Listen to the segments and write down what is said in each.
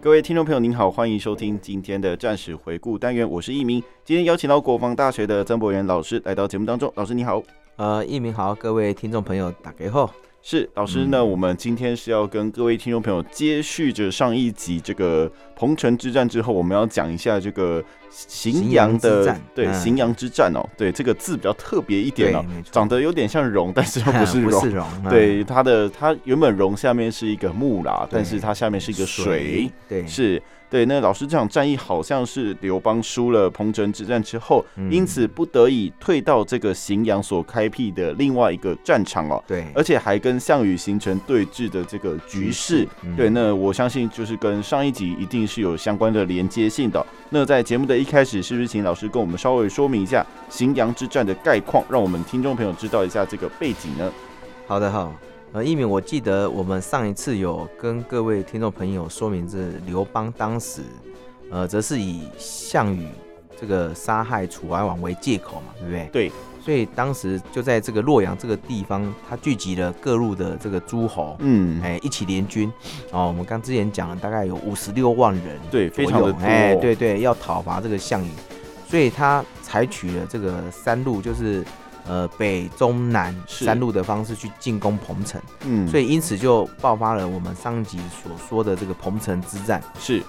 各位听众朋友，您好，欢迎收听今天的战史回顾单元，我是一鸣。今天邀请到国防大学的曾博元老师来到节目当中，老师你好。呃，一鸣好，各位听众朋友，打给后，是老师嗯呢，我们今天是要跟各位听众朋友接续着上一集这个彭城之战之后，我们要讲一下这个荥阳荥阳之的战对嗯荥阳之战哦，对这个字比较特别一点哦，没错，长得有点像龙，但是又不是 不龙是。龙，嗯，对它的，它原本龙下面是一个木啦，对但是它下面是一个水，，对，是对。那老师这场战役好像是刘邦输了彭城之战之后，嗯因此不得已退到这个荥阳所开辟的另外一个战场哦，对，而且还跟项羽形成对峙的这个局势。嗯对，那我相信就是跟上一集一定是有相关的连接性的哦。那在节目的一开始，是不是请老师跟我们稍微说明一下荥阳之战的概况，让我们听众朋友知道一下这个背景呢？好的哈。呃，一鸣，我记得我们上一次有跟各位听众朋友说明，这刘邦当时，呃，则是以项羽这个杀害楚怀王为借口嘛，对不对？对，所以当时就在这个洛阳这个地方，他聚集了各路的这个诸侯，嗯，哎，一起联军。哦，我们刚之前讲了，大概有五十六万人，对，非常的多、哦哎，对对，要讨伐这个项羽，所以他采取了这个三路，就是呃北、中、南是三路的方式去进攻彭城，嗯，所以因此就爆发了我们上一集所说的这个彭城之战。是，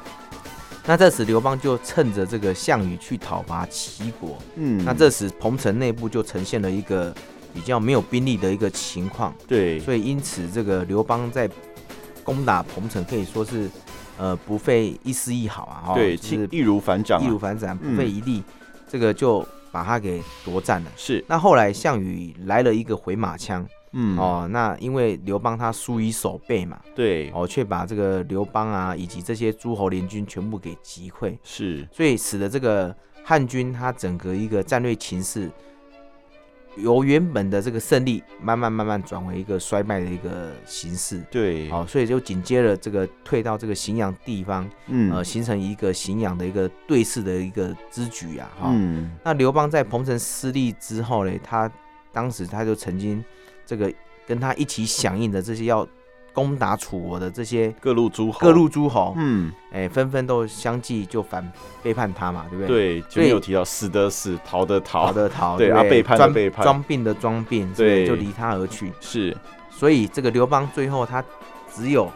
那这时刘邦就趁着这个项羽去讨伐齐国，嗯，那这时彭城内部就呈现了一个比较没有兵力的一个情况。对，所以因此这个刘邦在攻打彭城可以说是呃不费一丝一毫啊，哈，对，就轻是易如反掌、易如啊，反掌，嗯不费一力，这个就把他给夺占了。是，那后来项羽来了一个回马枪、嗯，哦，那因为刘邦他疏于守备嘛，对，哦，却把这个刘邦啊以及这些诸侯联军全部给击溃，是，所以使得这个汉军他整个一个战略情势由原本的这个胜利，慢慢慢慢转为一个衰败的一个形势。对，哦，所以就紧接着这个退到这个荥阳地方，嗯，呃，形成一个荥阳的一个对峙的一个之举啊，哈、嗯，那刘邦在彭城失利之后呢，他当时他就曾经这个跟他一起响应的这些要攻打楚国的这些各路诸侯，各路诸侯，嗯，哎、纷纷都相继就反背叛他嘛，对不对？对，前面有提到死的死，逃的逃嗯逃，的逃，对不啊背叛的装背叛装病的装病，所对以就离他而去。是，所以这个刘邦最后他只有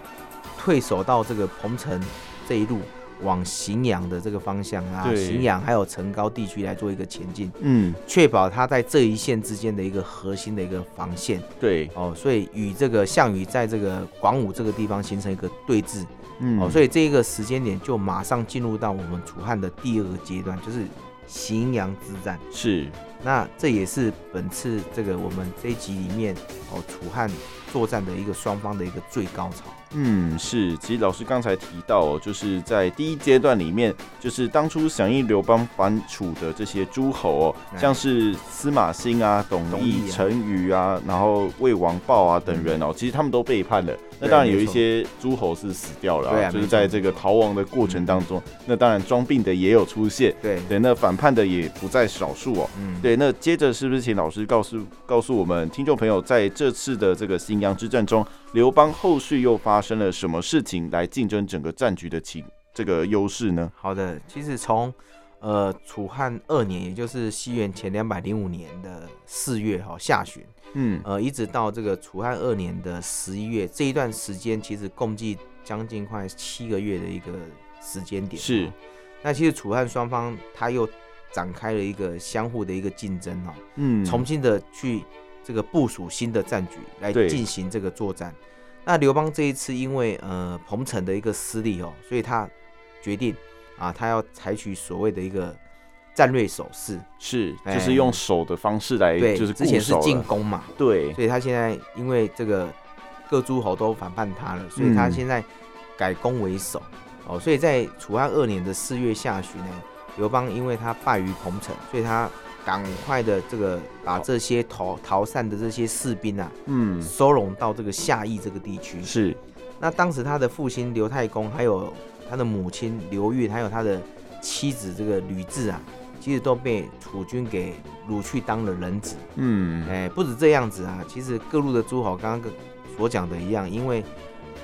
退守到这个彭城这一路，往荥阳的这个方向啊，对荥阳还有成皋地区来做一个前进，嗯，确保他在这一线之间的一个核心的一个防线对，哦。所以与这个项羽在这个广武这个地方形成一个对峙、嗯，哦，所以以这个时间点就马上进入到我们楚汉的第二个阶段，就是荥阳之战。是，那这也是本次这个我们这一集里面哦，楚汉作战的一个双方的一个最高潮。嗯，是。其实老师刚才提到、哦，就是在第一阶段里面，就是当初响应刘邦反楚的这些诸侯哦，嗯像是司马欣啊、董董翳、翳啊嗯陈馀啊，然后魏王豹啊等人哦，其实他们都背叛了。那对当然有一没错些诸侯是死掉了、对啊就是没错嗯在这个逃亡的过程当中，那当然装病的也有出现，对，对，那反叛的也不在少数哦。嗯，对，那接着是不是请老师告诉告诉我们听众朋友，在这次的这个荥阳之战中，刘邦后续又发生了什么事情来竞争整个战局的情这个优势呢？好的。其实从呃楚汉二年，也就是西元前两百零五年的四月哈、下旬，嗯，呃，一直到这个楚汉二年的十一月这一段时间，其实共计将近快七个月的一个时间点。是哦，那其实楚汉双方他又展开了一个相互的一个竞争哦。嗯，重新的去这个部署新的战局来对进行这个作战。那刘邦这一次因为呃彭城的一个失利哦，所以他决定啊，他要采取所谓的一个战略手势，是，哎就是用守的方式来，对，哎就是固之前是守进了。攻嘛，对，所以他现在因为这个各诸侯都反叛他了，所以嗯他现在改攻为守、哦，所以在楚汉二年的四月下旬呢，刘邦因为他败于彭城，所以他赶快的这个把这些逃逃散的这些士兵啊嗯，收拢到这个夏邑这个地区。是，那当时他的父亲刘太公，还有他的母亲刘裕，还有他的妻子这个吕雉啊，其实都被楚军给掳去当了人质。嗯，哎，不止这样子啊，其实各路的诸侯刚刚跟所讲的一样，因为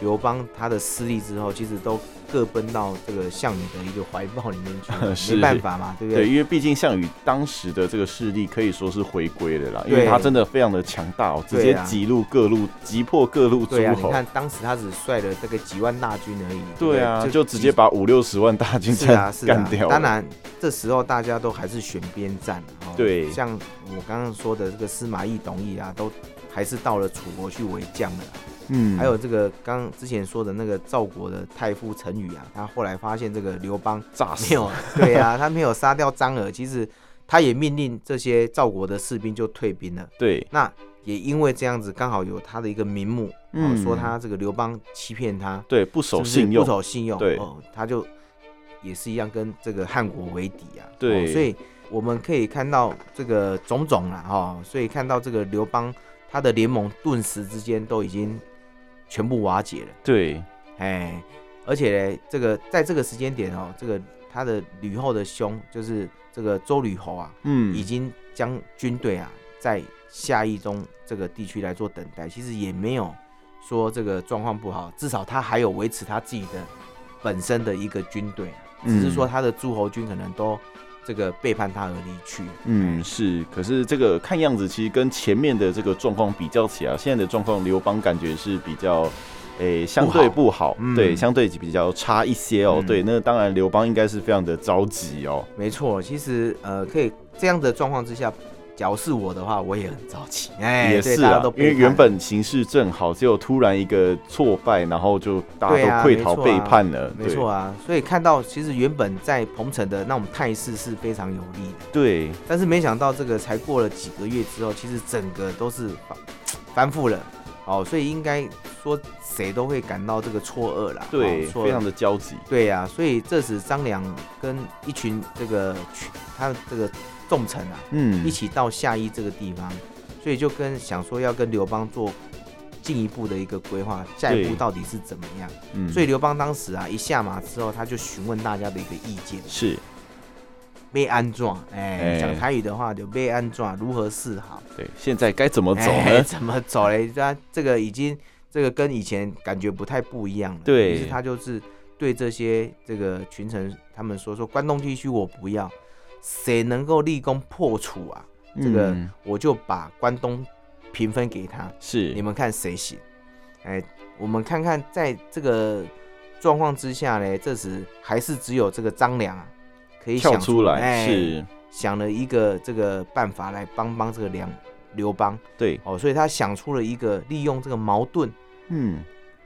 刘邦他的失利之后，其实都各奔到这个项羽的一个怀抱里面去， 是没办法嘛，对不对，对？因为毕竟项羽当时的这个势力可以说是回归了啦，因为对他真的非常的强大哦，直接对啊击入各路，击破各路诸对啊，你侯。看当时他只率了这个几万大军而已，不对啊，就直几接把五六十万大军是啊 战是干啊掉。当，然，这时候大家都还是选边站哦。对像我刚刚说的这个司马懿、董翳啊，都还是到了楚国去为将的啦。嗯，还有这个刚之前说的那个赵国的太傅陈宇啊，他后来发现这个刘邦炸没死，有，对啊，他没有杀掉张耳，其实他也命令这些赵国的士兵就退兵了。对，那也因为这样子，刚好有他的一个名目，嗯、嗯说他这个刘邦欺骗他，对，不守是不是信用不，守信用，对哦，他就也是一样跟这个汉国为敌啊，对哦所以我们可以看到这个种种啊，哈、哦，所以看到这个刘邦他的联盟顿时之间都已经全部瓦解了，对，哎，而且呢，这个在这个时间点哦，这个他的吕后的兄就是这个周吕侯啊，嗯，已经将军队啊在夏邑中这个地区来做等待，其实也没有说这个状况不好，至少他还有维持他自己的本身的一个军队啊，只是嗯说他的诸侯军可能都这个背叛他而离去。哎嗯，是，可是这个看样子，其实跟前面的这个状况比较起来，现在的状况刘邦感觉是比较，诶、相对不好，嗯对，相对比较差一些哦。嗯对，那当然刘邦应该是非常的着急哦。没错，其实呃，可以这样的状况之下，假如是我的话，我也很着急，哎，也对是大家啊都，因为背叛原本形势正好，结果突然一个挫败，然后就大对啊家都溃逃没错背啊叛了。没错啊，所以看到其实原本在彭城的那种态势是非常有利的。对，对，但是没想到这个才过了几个月之后，其实整个都是反反复了哦，所以应该说谁都会感到这个错愕啦，对，哦、错愕非常的焦急。对呀、所以这时张良跟一群这个群他这个重臣啊，嗯一，起到夏邑这个地方，所以就跟想说要跟刘邦做进一步的一个规划，下一步对到底是怎么样？嗯所以刘邦当时啊一下马之后，他就询问大家的一个意见。是，被安撞，哎、哎讲台语的话就被安撞，如何是好？对，现在该怎么走呢？哎怎么走嘞？他这个已经这个跟以前感觉不太不一样了。对于是他就是对这些这个群臣他们说说，关东地区我不要，谁能够立功破楚啊？这个嗯我就把关东平分给他，是你们看谁行？哎，我们看看在这个状况之下呢，这时还是只有这个张良啊，可以跳想出来哎、是，想了一个这个办法来帮帮这个梁刘邦对，哦，所以他想出了一个利用这个矛盾嗯，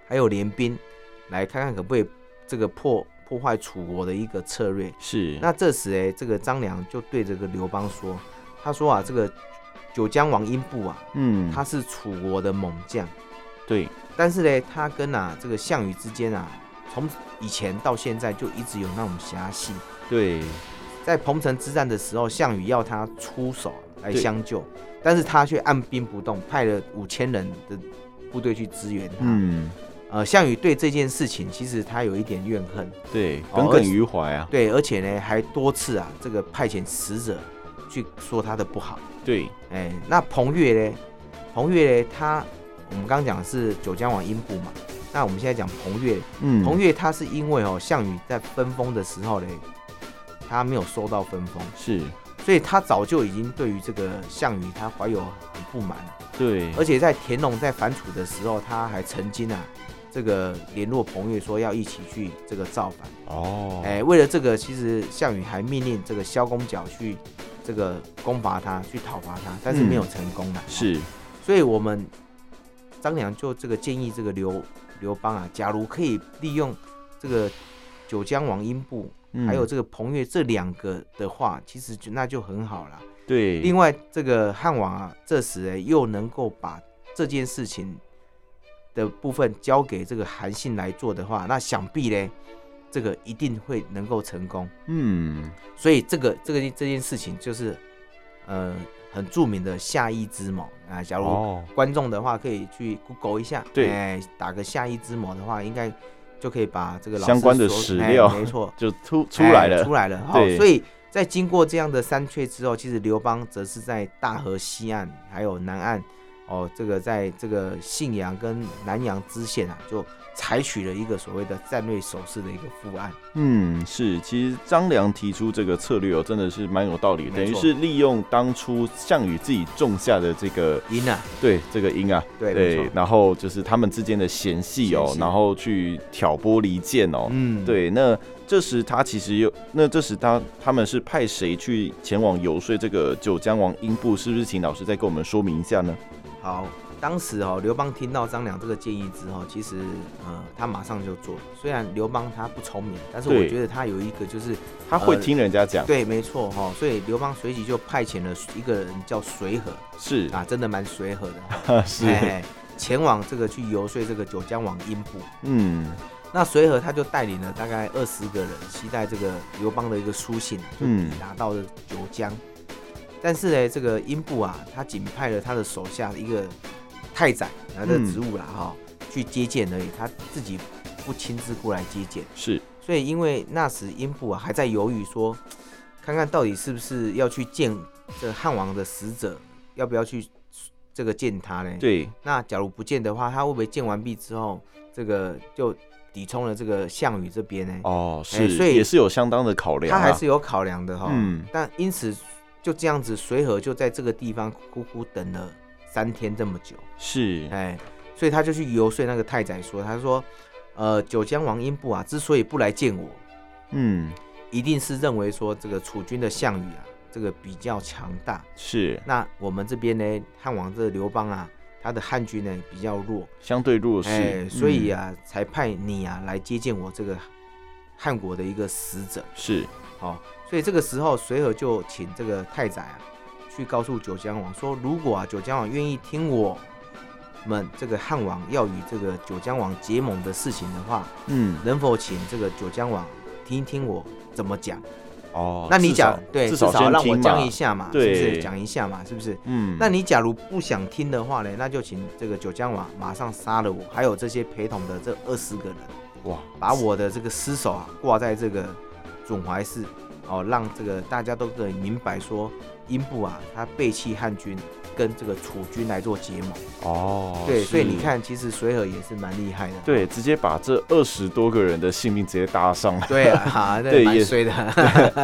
还有联兵，来看看可不可以这个破破坏楚国的一个策略。是，那这时哎，这个张良就对这个刘邦说，他说啊，这个九江王英布啊，嗯，他是楚国的猛将，对，但是呢，他跟啊这个项羽之间啊，从以前到现在就一直有那种狭隙。对，在彭城之战的时候，项羽要他出手来对相救，但是他却按兵不动，派了五千人的部队去支援他。、嗯，呃，项羽对这件事情其实他有一点怨恨，对，哦耿而耿且于怀啊，对，而且呢还多次啊这个派遣使者去说他的不好。对，哎，那彭越呢？彭越呢？他我们刚刚讲的是九江王英布嘛，那我们现在讲彭越，嗯，彭越他是因为哦项羽在分封的时候呢，他没有收到分封。是，所以他早就已经对于这个项羽他怀有很不满了，对，而且在田龙在反楚的时候，他还曾经啊这个联络彭越说要一起去这个造反。哦，哎、为了这个，其实项羽还命令这个萧公角去这个攻伐他，去讨伐他，但是没有成功了。嗯啊是，所以我们张良就这个建议这个刘刘邦啊，假如可以利用这个九江王英布嗯还有这个彭越这两个的话，其实就那就很好啦。对，另外，这个汉王啊，这时哎又能够把这件事情的部分交给这个韩信来做的话，那想必嘞，这个一定会能够成功。嗯，所以这个这个这件事情就是，呃，很著名的夏邑之谋啊。假如哦，观众的话，可以去 Google 一下，对哎，打个夏邑之谋的话，应该就可以把这个老师相关的所史哎料没错，就出出来哎了，出来了。好，对所以在经过这样的三缺之后，其实刘邦则是在大河西岸还有南岸，哦，这个在这个信阳跟南阳知县啊，就采取了一个所谓的战略守势的一个副案。嗯，是，其实张良提出这个策略哦，真的是蛮有道理的，没等于错是利用当初项羽自己种下的这个赢了，对这个因啊，对，没对，错，然后就是他们之间的嫌隙哦嫌，隙然后去挑拨离间哦，嗯，对，那这时他其实有，那这时他他们是派谁去前往游说这个九江王英布？是不是请老师再跟我们说明一下呢？好，当时哦，刘邦听到张良这个建议之后，其实呃，他马上就做了。虽然刘邦他不聪明，但是我对觉得他有一个就是他会呃听人家讲，对，没错哈、哦，所以刘邦随即就派遣了一个人叫随和是啊，真的蛮随和的哈、 是，哎，前往这个去游说这个九江王英布。嗯，那随和他就带领了大概二十个人，期待这个刘邦的一个书信啊，就嗯抵达到了九江。但是呢，这个英布啊，他仅派了他的手下一个太宰，拿着嗯职务啦哈、去接见而已，他自己不亲自过来接见。是，所以因为那时英布啊还在犹豫说，看看到底是不是要去见这汉王的使者，要不要去这个见他呢？对，那假如不见的话，他会不会见完毕之后，这个就抵冲了这个项羽这边呢？哦，是，哎所以也是有相当的考量、他啊，还是哦有考量的哈、嗯但因此就这样子，随和就在这个地方苦苦等了三天这么久，是，哎，所以他就去游说那个太宰说，他说，呃，九江王英布啊，之所以不来见我，嗯，一定是认为说这个楚军的项羽啊，这个比较强大。是那我们这边呢，汉王这个刘邦啊，他的汉军呢比较弱，相对弱势，哎，所以嗯、啊，才派你啊来接见我这个汉国的一个使者。是，哦，所以这个时候，随和就请这个太宰啊，去告诉九江王说，如果啊九江王愿意听我们这个汉王要与这个九江王结盟的事情的话，嗯，能否请这个九江王听一听我怎么讲？哦，那你至少讲对，至至少少先让我听讲嘛一下嘛，对是不是讲一下嘛，是不是？嗯，那你假如不想听的话呢，那就请这个九江王马上杀了我，还有这些陪同的这二十个人，哇，把我的这个尸首啊挂在这个总怀寺，哦，让这个大家都可以明白说，英布啊他背弃汉军，跟这个楚军来做结盟。哦，对，是所以你。看，其实随和也是蛮厉害的。对，直接把这二十多个人的性命直接搭上来。对啊，哈，那对蛮也衰的。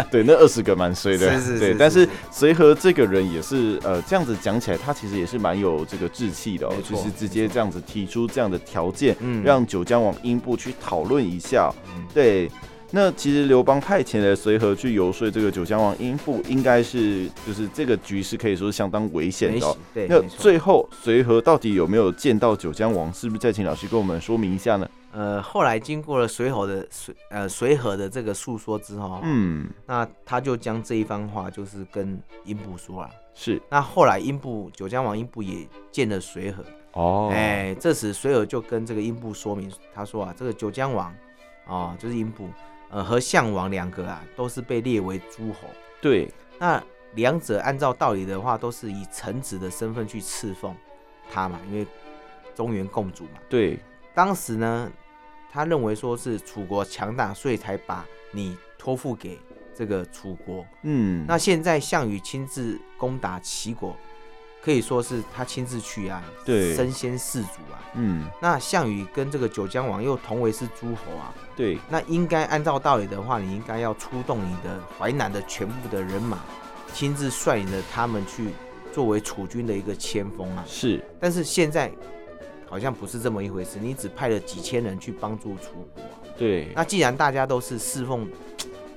对，那二十个蛮衰的。是是对，是但是是随和这个人也是，呃，这样子讲起来，他其实也是蛮有这个志气的、哦，没就错是直接这样子提出这样的条件， 嗯让九江王英布去讨论一下哦、嗯对，那其实刘邦派遣了随和去游说这个九江王英布，应该是就是这个局势可以说是相当危险没的、哦戏。对，那没错最后随和到底有没有见到九江王？是不是再请老师跟我们说明一下呢？呃，后来经过了随和的随呃随和的这个诉说之后，嗯，那他就将这一番话就是跟英布说了。是那后来英布九江王英布也见了随和，哦，哎、这时随和就跟这个英布说明，他说啊，这个九江王哦，就是英布，呃，和项王两个啊，都是被列为诸侯。对，那两者按照道理的话，都是以臣子的身份去侍奉他嘛，因为中原共主嘛。对，当时呢，他认为说是楚国强大，所以才把你托付给这个楚国。嗯，那现在项羽亲自攻打齐国，可以说是他亲自去啊，对身先士卒啊。嗯，那项羽跟这个九江王又同为是诸侯啊，对，那应该按照道理的话，你应该要出动你的淮南的全部的人马，亲自率领着他们去作为楚军的一个先锋啊。是，但是现在好像不是这么一回事，你只派了几千人去帮助楚国啊、对，那既然大家都是侍奉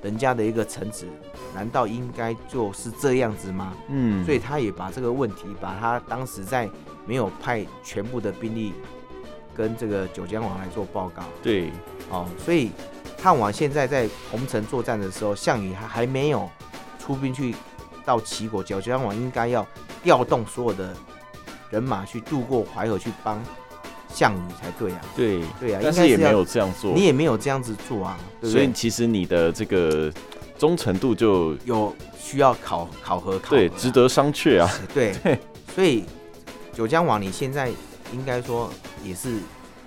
人家的一个臣子，难道应该就是这样子吗？嗯，所以他也把这个问题，把他当时在没有派全部的兵力跟这个九江王来做报告对，哦，所以汉王现在在红城作战的时候，项羽还还没有出兵去到齐国交接，汉王应该要调动所有的人马去渡过淮河去帮项羽才对啊。对，对啊，但应该是也要没有这样做，你也没有这样子做啊，对不所对以？其实你的这个忠诚度就有需要考考核考核啊、对值得商榷啊。 对 对所以九江王你现在应该说也是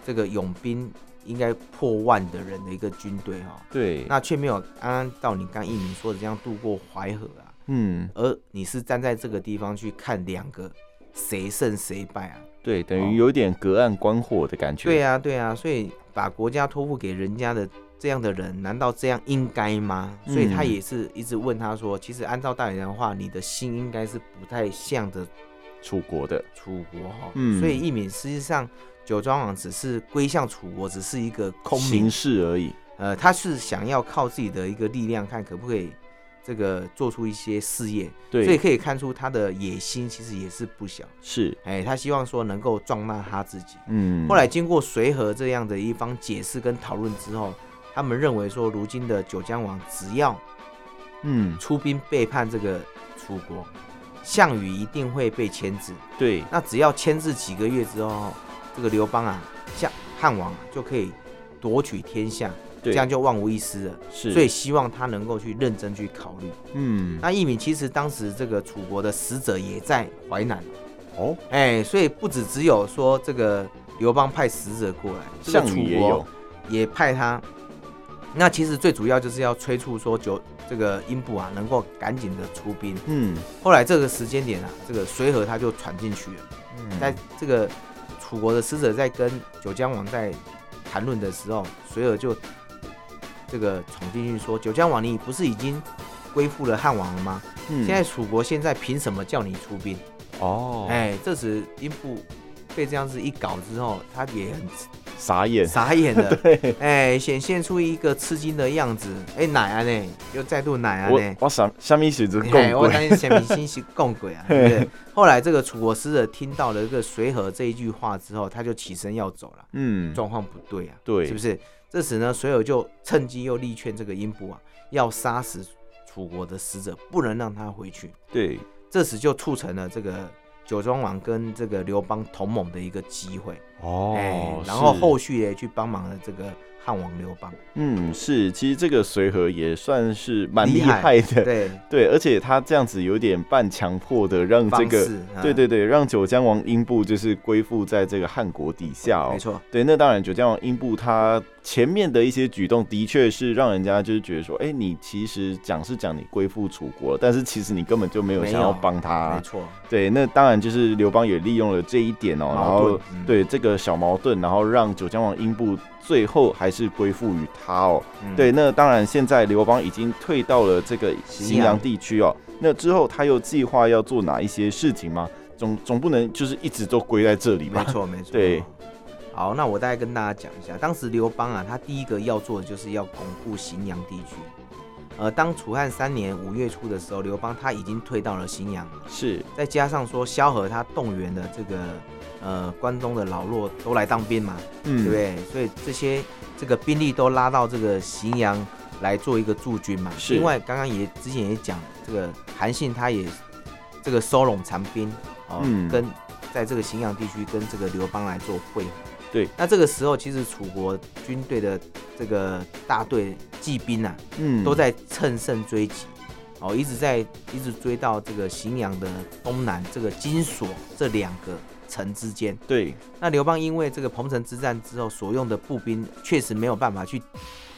这个勇兵应该破万的人的一个军队哈、对，那却没有安安到你刚一鸣说的这样渡过淮河啊，嗯，而你是站在这个地方去看两个谁胜谁败啊？对，等于有点隔岸观火的感觉。对啊，对啊，所以把国家托付给人家的这样的人，难道这样应该吗？所以他嗯也是一直问他说，其实按照大人的话，你的心应该是不太向着楚国的，楚国哈、嗯所以义敏实际上九庄王只是归向楚国，只是一个空形名，式而已。呃，他是想要靠自己的一个力量，看可不可以这个做出一些事业，所以对，可以看出他的野心其实也是不小，是，哎，他希望说能够壮大他自己。嗯，后来经过随和这样的一方解释跟讨论之后，他们认为说，如今的九江王只要嗯，出兵背叛这个楚国，项羽一定会被牵制。对，那只要牵制几个月之后，这个刘邦啊，项汉王啊就可以夺取天下，这对样就万无一失了。是，所以希望他能够去认真去考虑。嗯，那义敏其实当时这个楚国的使者也在淮南，哦，哎，所以不止只有说这个刘邦派使者过来，这个项楚羽也国哦有，也派他。那其实最主要就是要催促说九这个英布啊能够赶紧的出兵。嗯，后来这个时间点啊，这个随和他就闯进去了。嗯在这个楚国的使者在跟九江王在谈论的时候，随而就这个闯进去说：“九江王，你不是已经归附了汉王了吗？嗯现在楚国现在凭什么叫你出兵？”哦，哎、这时英布被这样子一搞之后，他也很嗯傻眼，傻 眼了，哎，显现出一个吃惊的样子。哎，奶啊呢，又再度奶啊呢我。我想下面选择共哎，我轨，担心显明星是共鬼 啊，对不对？后来这个楚国使者听到了这个随和这一句话之后，他就起身要走了，嗯，状况不对啊，对是不是？这时呢，随和就趁机又力劝这个英布啊，要杀死楚国的使者，不能让他回去。对，这时就促成了这个九庄王跟这个刘邦同盟的一个机会，哎哦，然后是后续也去帮忙了这个汉王刘邦，嗯，是，其实这个随和也算是蛮厉厉害害的，对， 对，而且他这样子有点半强迫的让这方个，式，啊对，对对，让九江王英布就是归附在这个汉国底下哦没。错，对，那当然，九江王英布他前面的一些举动的确是让人家就是觉得说，哎，你其实讲是讲你归附楚国，但是其实你根本就没有没想要有帮他啊没。错，对，那当然就是刘邦也利用了这一点哦，然矛后盾，嗯，对这个小矛盾，然后让九江王英布最后还是归附于他哦。嗯对，那当然，现在刘邦已经退到了这个荥荥阳阳地区哦。那之后他又计划要做哪一些事情吗？总总不能就是一直都归在这里没吧？ 错，没错。啊对。好，那我大概跟大家讲一下，当时刘邦啊，他第一个要做的就是要巩固荥阳地区。呃，当楚汉三年五月初的时候，刘邦他已经退到了荥阳，是，再加上说萧何他动员的这个呃关东的老弱都来当兵嘛，嗯，对不对？所以这些这个兵力都拉到这个荥阳来做一个驻军嘛。是另外，刚刚也之前也讲，这个韩信他也这个收拢残兵哦，嗯跟在这个荥阳地区跟这个刘邦来做会合。对，那这个时候其实楚国军队的这个大队骑兵啊，嗯，都在乘胜追击。哦，一直在一直追到这个荥阳的东南，这个金锁这两个城之间，对，那刘邦因为这个彭城之战之后所用的步兵确实没有办法去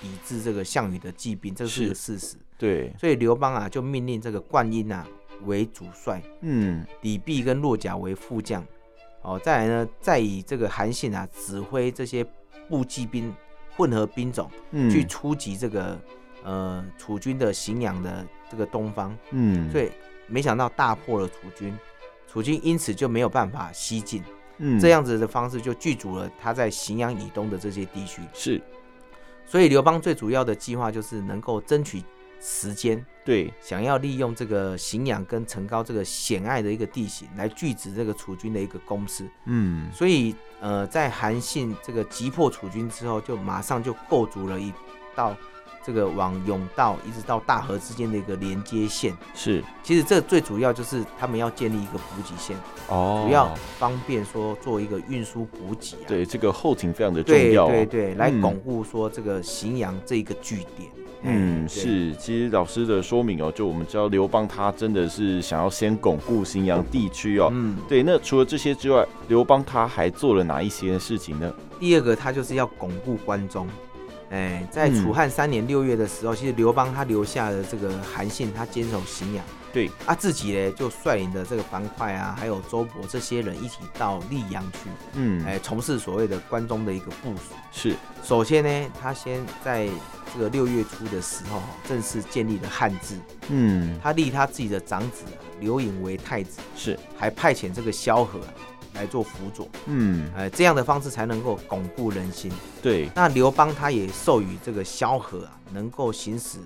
抵制这个项羽的骑兵，这是是个事实。对，所以刘邦啊就命令这个灌婴啊为主帅，嗯，李泌跟骆甲为副将。哦，再来呢，再以这个韩信啊指挥这些步骑兵混合兵种嗯，去，出击这个呃楚军的荥阳的这个东方，嗯，所，以没想到大破了楚军，楚军因此就没有办法西进。嗯，这样子的方式就聚足了他在荥阳以东的这些地区。是，所以刘邦最主要的计划就是能够争取时间，对，想要利用这个荥阳跟成皋这个险隘的一个地形来拒止这个楚军的一个攻势。嗯，所以呃，在韩信这个击破楚军之后，就马上就构筑了一到这个往甬道一直到大河之间的一个连接线。是其实这最主要就是他们要建立一个补给线，哦主要方便说做一个运输补给啊。对这个后勤非常的重对要、哦，对对，来嗯巩固说这个荥阳这一个据点。哎嗯，对是，其实老师的说明哦，就我们知道刘邦他真的是想要先巩固荥阳地区哦。嗯，对，那除了这些之外，刘邦他还做了哪一些事情呢？第二个他就是要巩固关中。哎，在嗯楚汉三年六月的时候，其实刘邦他留下了这个韩信，他坚守荥阳。对，他自己呢就率领的这个樊哙啊，还有周勃这些人一起到溧阳去，嗯，哎，从事所谓的关中的一个部署。是首先呢，他先在这个六月初的时候，正式建立了汉制，嗯他立他自己的长子啊刘颖为太子，是，还派遣这个萧何啊来做辅佐，嗯，哎，这样的方式才能够巩固人心。对，那刘邦他也授予这个萧何啊，能够行使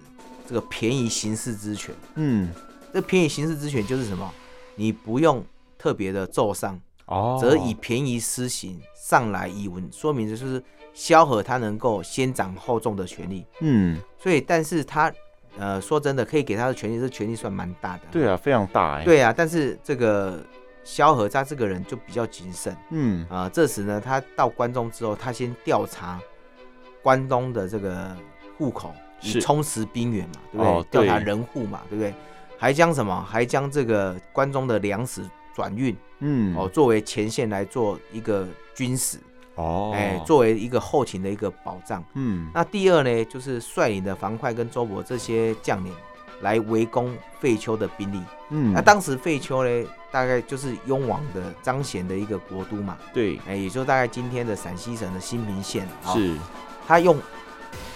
这个便宜行事之权。嗯，这便宜行事之权就是什么？你不用特别的奏上，哦，则以便宜施行，上来以文，说明这就是萧何他能够先斩后奏的权利。嗯，所以，但是他呃，说真的，可以给他的权利，这权利算蛮大的。对啊，非常大哎，，对啊，但是这个萧何他这个人就比较谨慎。嗯，啊、这时呢，他到关中之后，他先调查关中的这个户口，以是充实兵源嘛，对不对？哦调查对人户嘛，对不对？还将什么？还将这个关中的粮食转运、嗯，哦，作为前线来做一个军食，哦，哎、，作为一个后勤的一个保障。嗯，那第二呢，就是率领的樊哙跟周勃这些将领来围攻废丘的兵力。嗯，那当时废丘呢，大概就是雍王的彰显的一个国都嘛，对，哎，也就大概今天的陕西省的新平县啊、哦，是，他用，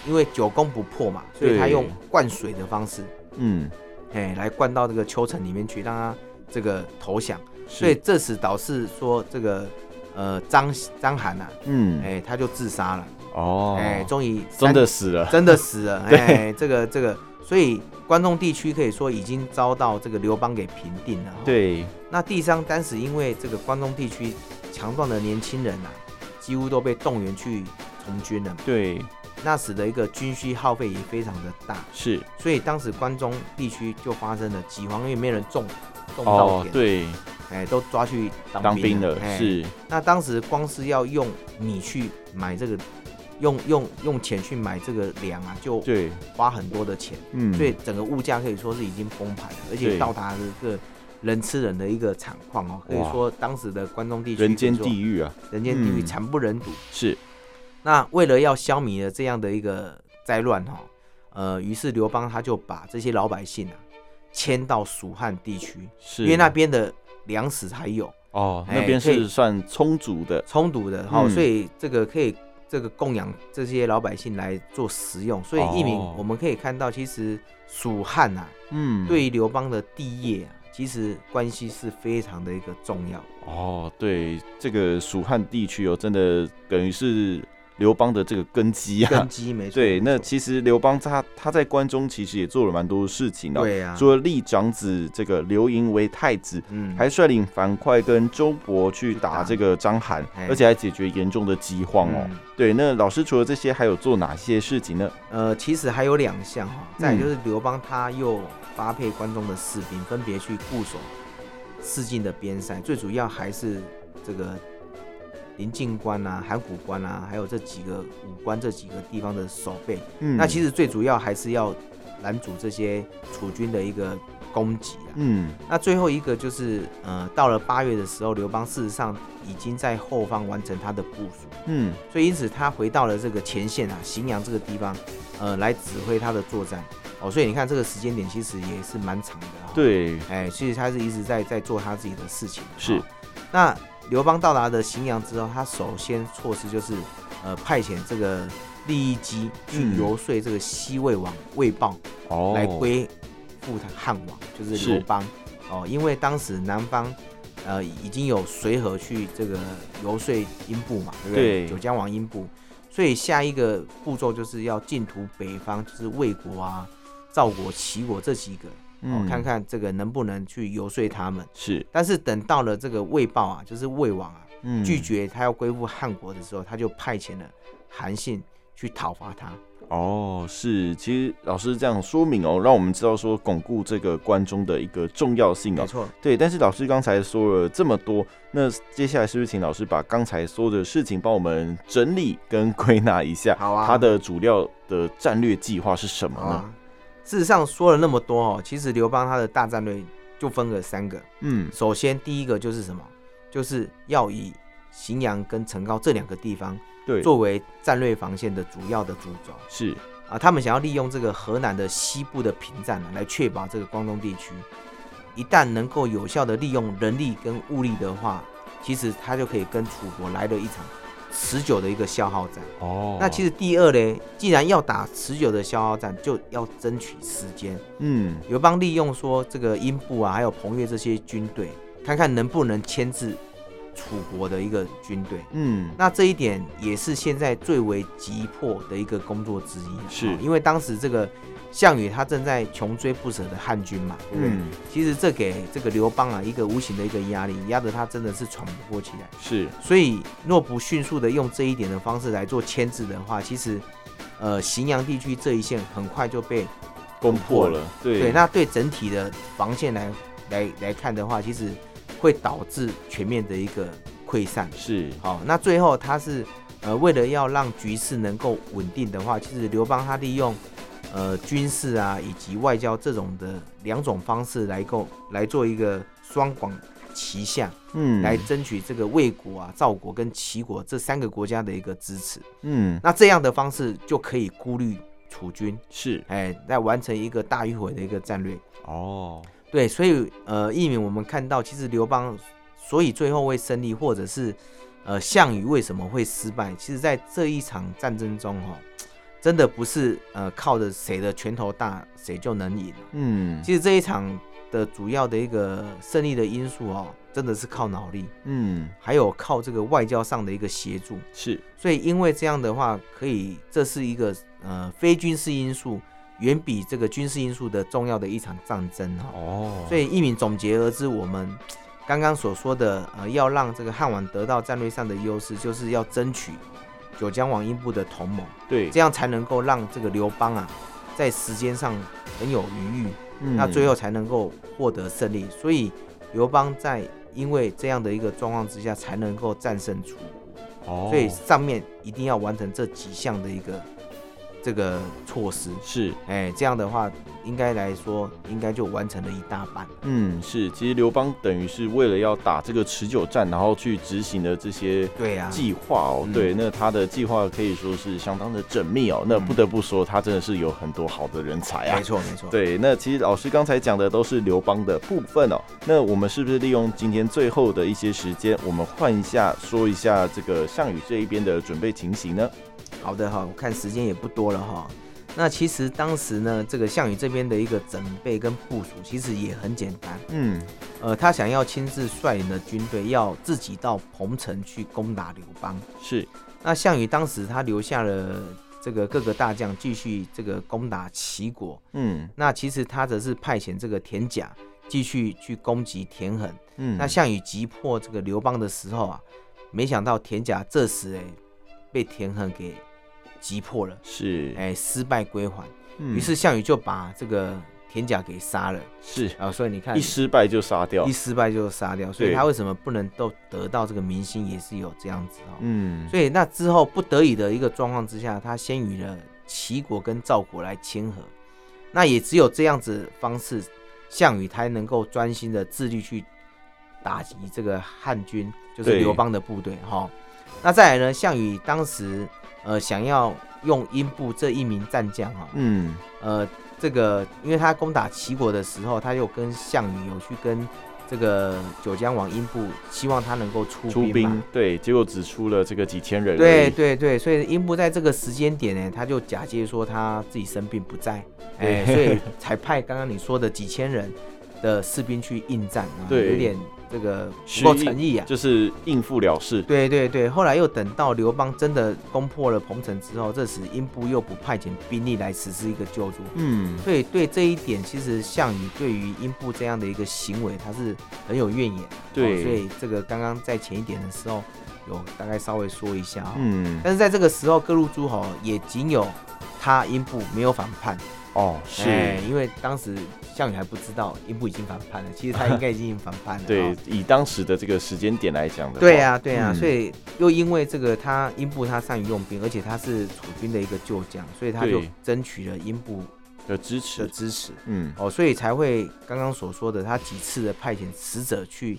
因为久攻不破嘛，所以对他用灌水的方式，嗯，哎，来灌到这个丘城里面去，让他这个投降。所以是，这时导致说这个呃张张邯啊，嗯，哎，他就自杀了，哦，哎，终于真三的死了，真的死 了，哎，这个这个，所以关中地区可以说已经遭到这个刘邦给平定了、哦。对，那第三，当时因为这个关中地区强壮的年轻人啊，几乎都被动员去从军了嘛，对，那使得一个军需耗费也非常的大，是，所以当时关中地区就发生了饥荒，因为没人种种稻哦田，，对，哎，都抓去当当兵兵了，哎。是，那当时光是要用米去买这个，用用用钱去买这个粮啊，就对，花很多的钱，嗯，所以整个物价可以说是已经崩盘了，而对且到达了一个人吃人的一个惨况哦，可以哇说当时的关中地区人间可以说地狱啊，人间地狱嗯惨不忍睹。是，那为了要消弭了这样的一个灾乱哈、哦，呃，于是刘邦他就把这些老百姓啊迁到蜀汉地区，是，因为那边的粮食还有哦，哎那边可以是算充足的，充足的哈、哦嗯所以这个可以这个供养这些老百姓来做食用。所以一鸣哦我们可以看到，其实蜀汉啊。嗯，对于刘邦的地业啊，其实关系是非常的一个重 要。哦，对，这个蜀汉地区哦，真的等于是刘邦的这个根基啊根。基没错。 对，那没错其实刘邦他他在关中其实也做了蛮多事情的、哦对啊，除了立长子这个刘盈为太子，嗯，还率领樊哙跟周勃去打打这个张邯哎，而且还解决严重的饥荒哦。嗯对，那老师除了这些，还有做哪些事情呢？呃，其实还有两项哈，嗯再来就是刘邦他又发配关中的士兵，分别去固守四境的边塞，最主要还是这个临近关啊、函谷关啊，还有这几个武关这几个地方的守备。嗯，那其实，实最主要还是要拦阻这些楚军的一个攻击啊。嗯，那最后一个就是，呃，到了八月的时候，刘邦事实上已经在后方完成他的部署，嗯，所以因此他回到了这个前线啊，荥阳这个地方，呃，来指挥他的作战。哦，所以你看这个时间点其实也是蛮长的、哦。，对，哎，所以他是一直在在做他自己的事情。是哦那刘邦到达的荥阳之后，他首先措施就是，呃，派遣这个利益基去嗯游说这个西魏王魏豹。哦，来归附他汉王，就是是刘邦哦，因为当时南方呃已经有随和去这个游说英布嘛，对不对对？九江王英布，所以下一个步骤就是要进图北方，就是魏国啊、赵国、齐国这几个，哦，嗯看看这个能不能去游说他们。是，但是等到了这个魏豹啊，就是魏王啊，嗯，拒绝他要归附汉国的时候，他就派遣了韩信去讨伐他。哦，是，其实老师这样说明哦，让我们知道说巩固这个关中的一个重要性没哦。错，对，但是老师刚才说了这么多，那接下来是不是请老师把刚才说的事情帮我们整理跟归纳一下？好啊它的主要的战略计划是什么好呢？啊。事实上说了那么多哦，其实刘邦他的大战略就分了三个。嗯，首先第一个就是什么？就是要以荥阳跟成皋这两个地方对，作为战略防线的主要的主轴是啊，他们想要利用这个河南的西部的屏障呢，来确保这个关东地区一旦能够有效的利用人力跟物力的话，其实他就可以跟楚国来了一场持久的一个消耗战。哦那其实实第二嘞，既然要打持久的消耗战，就要争取时间。嗯，刘邦利用说这个英布啊，还有彭越这些军队，看看能不能牵制楚国的一个军队。嗯，那这一点也是现在最为急迫的一个工作之一，是哦因为当时这个项羽他正在穷追不舍的汉军嘛，对不对？嗯其实这给这个刘邦啊一个无形的一个压力，压得他真的是喘不过气来。是所以若不迅速的用这一点的方式来做牵制的话，其实，呃，荥阳地区这一线很快就被攻破破了，对对，那对整体的防线来来来看的话，其实会导致全面的一个溃散。是好，那最后他是呃为了要让局势能够稳定的话，其实刘邦他利用呃军事啊以及外交这种的两种方式来够来做一个双管齐下，嗯来争取这个魏国啊、赵国跟齐国这三个国家的一个支持。嗯那这样的方式就可以孤立楚军，是哎，来完成一个大迂回的一个战略。哦对，所以呃，一鸣我们看到，其实刘邦所以最后会胜利，或者是呃项羽为什么会失败，其实在这一场战争中哦，真的不是呃靠着谁的拳头大谁就能赢。嗯其实这一场的主要的一个胜利的因素哦，真的是靠脑力，嗯还有靠这个外交上的一个协助。是所以因为这样的话，可以这是一个呃非军事因素远比这个军事因素的重要的一场战争哦。哦所以一鸣总结而知，我们刚刚所说的，呃，要让这个汉王得到战略上的优势，就是要争取九江王英部的同盟，对这样才能够让这个刘邦啊，在时间上很有余裕，嗯那最后才能够获得胜利。所以刘邦在因为这样的一个状况之下，才能够战胜楚国。哦所以上面一定要完成这几项的一个这个措施，是哎，这样的话，应该来说，应该就完成了一大半。嗯是，其实刘邦等于是为了要打这个持久战，然后去执行的这些。对呀、计划哦，嗯对，那他的计划可以说是相当的缜密哦。那不得不说，他真的是有很多好的人才啊没。错，没错。对，那其实老师刚才讲的都是刘邦的部分哦。那我们是不是利用今天最后的一些时间，我们换一下说一下这个项羽这一边的准备情形呢？好的哈，我看时间也不多了哈。那其实当时呢，这个项羽这边的一个准备跟部署其实也很简单，嗯，呃，他想要亲自率领的军队要自己到彭城去攻打刘邦。是那项羽当时他留下了这个各个大将继续这个攻打齐国，嗯那其实他则是派遣这个田甲继续去攻击田横。嗯，那项羽击破这个刘邦的时候啊，没想到田甲这时哎、被田横给击破了，是哎、失败归还。嗯于是项羽就把这个田甲给杀了是啊，所以你看一失败就杀掉一。失败就杀掉，所以他为什么不能够得到这个民心，也是有这样子哦。嗯，所以那之后不得已的一个状况之下，他先与了齐国跟赵国来签和，那也只有这样子方式，项羽才能够专心的致力去打击这个汉军，就是对刘邦的部队哈、那再来呢，项羽当时呃想要用英布这一名战将哈、嗯呃，这个因为他攻打齐国的时候，他又跟项羽有去跟这个九江王英布，希望他能够出出兵兵嘛。对，结果只出了这个几千人。对，对对，所以英布在这个时间点呢，他就假借说他自己生病不 在，哎、所以才派刚刚你说的几千人的士兵去应战啊，对有点这个不够虚应诚意啊。就是应付了事。对对对，后来又等到刘邦真的攻破了彭城之后，这时英布又不派遣兵力来实施一个救助，嗯，对对，这一点其实项羽对于英布这样的一个行为，他是很有怨言的。对哦所以这个刚刚在前一点的时候，有大概稍微说一下、哦。嗯，但是在这个时候，各路诸侯也仅有他英布没有反叛，哦，是，哎因为当时项羽还不知道英布已经反叛了，其实他应该已经反 叛了、哦。对，以当时的这个时间点来讲的，对，啊，对啊，嗯所以又因为这个他英布他善于用兵，而且他是楚军的一个旧将，所以他就对争取了英布有支的持，支持。嗯，哦，所以才会刚刚所说的，他几次的派遣使者去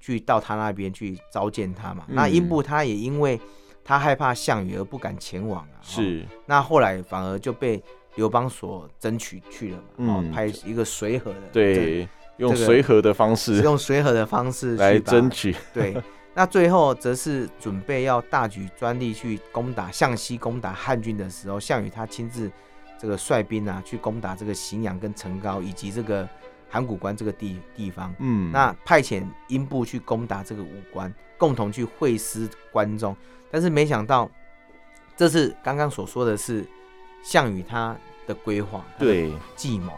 去到他那边去召见他嘛。嗯那英布他也因为他害怕项羽而不敢前往啊，哦、是，那后来反而就被刘邦所争取去了嘛，哦嗯，派一个随和的，对，用这个随和的方对，式用随和的方式去 来把争取，对。那最后则是准备要大举专力去攻打向西攻打汉军的时候，项羽他亲自这个率兵啊去攻打这个荥阳跟成皋以及这个函谷关这个地地方。嗯，那派遣英布去攻打这个武关，共同去会师关中。但是没想到，这是刚刚所说的是项羽他的规划，他的对，计谋。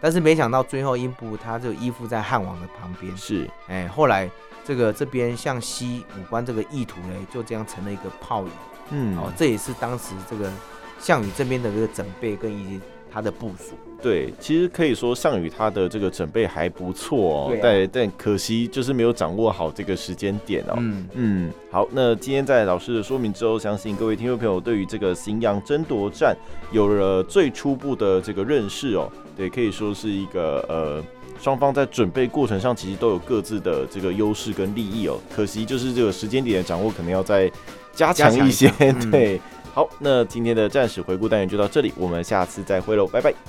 但是没想到最后英布他就依附在汉王的旁边，是，哎，后来这个这边向西武关这个意图呢，就这样成了一个泡影。嗯，哦，这也是当时这个项羽这边的这个准备跟以及他的部署。对，其实可以说项羽他的这个准备还不错哦，对啊但但可惜就是没有掌握好这个时间点哦。嗯，嗯，好，那今天在老师的说明之后，相信各位听众朋友对于这个荥阳争夺战有了最初步的这个认识哦。对，可以说是一个呃，双方在准备过程上其实都有各自的这个优势跟利益哦。可惜就是这个时间点的掌握可能要再加强一些。 加强一下嗯对，好，那今天的战史回顾单元就到这里，我们下次再会喽，拜拜。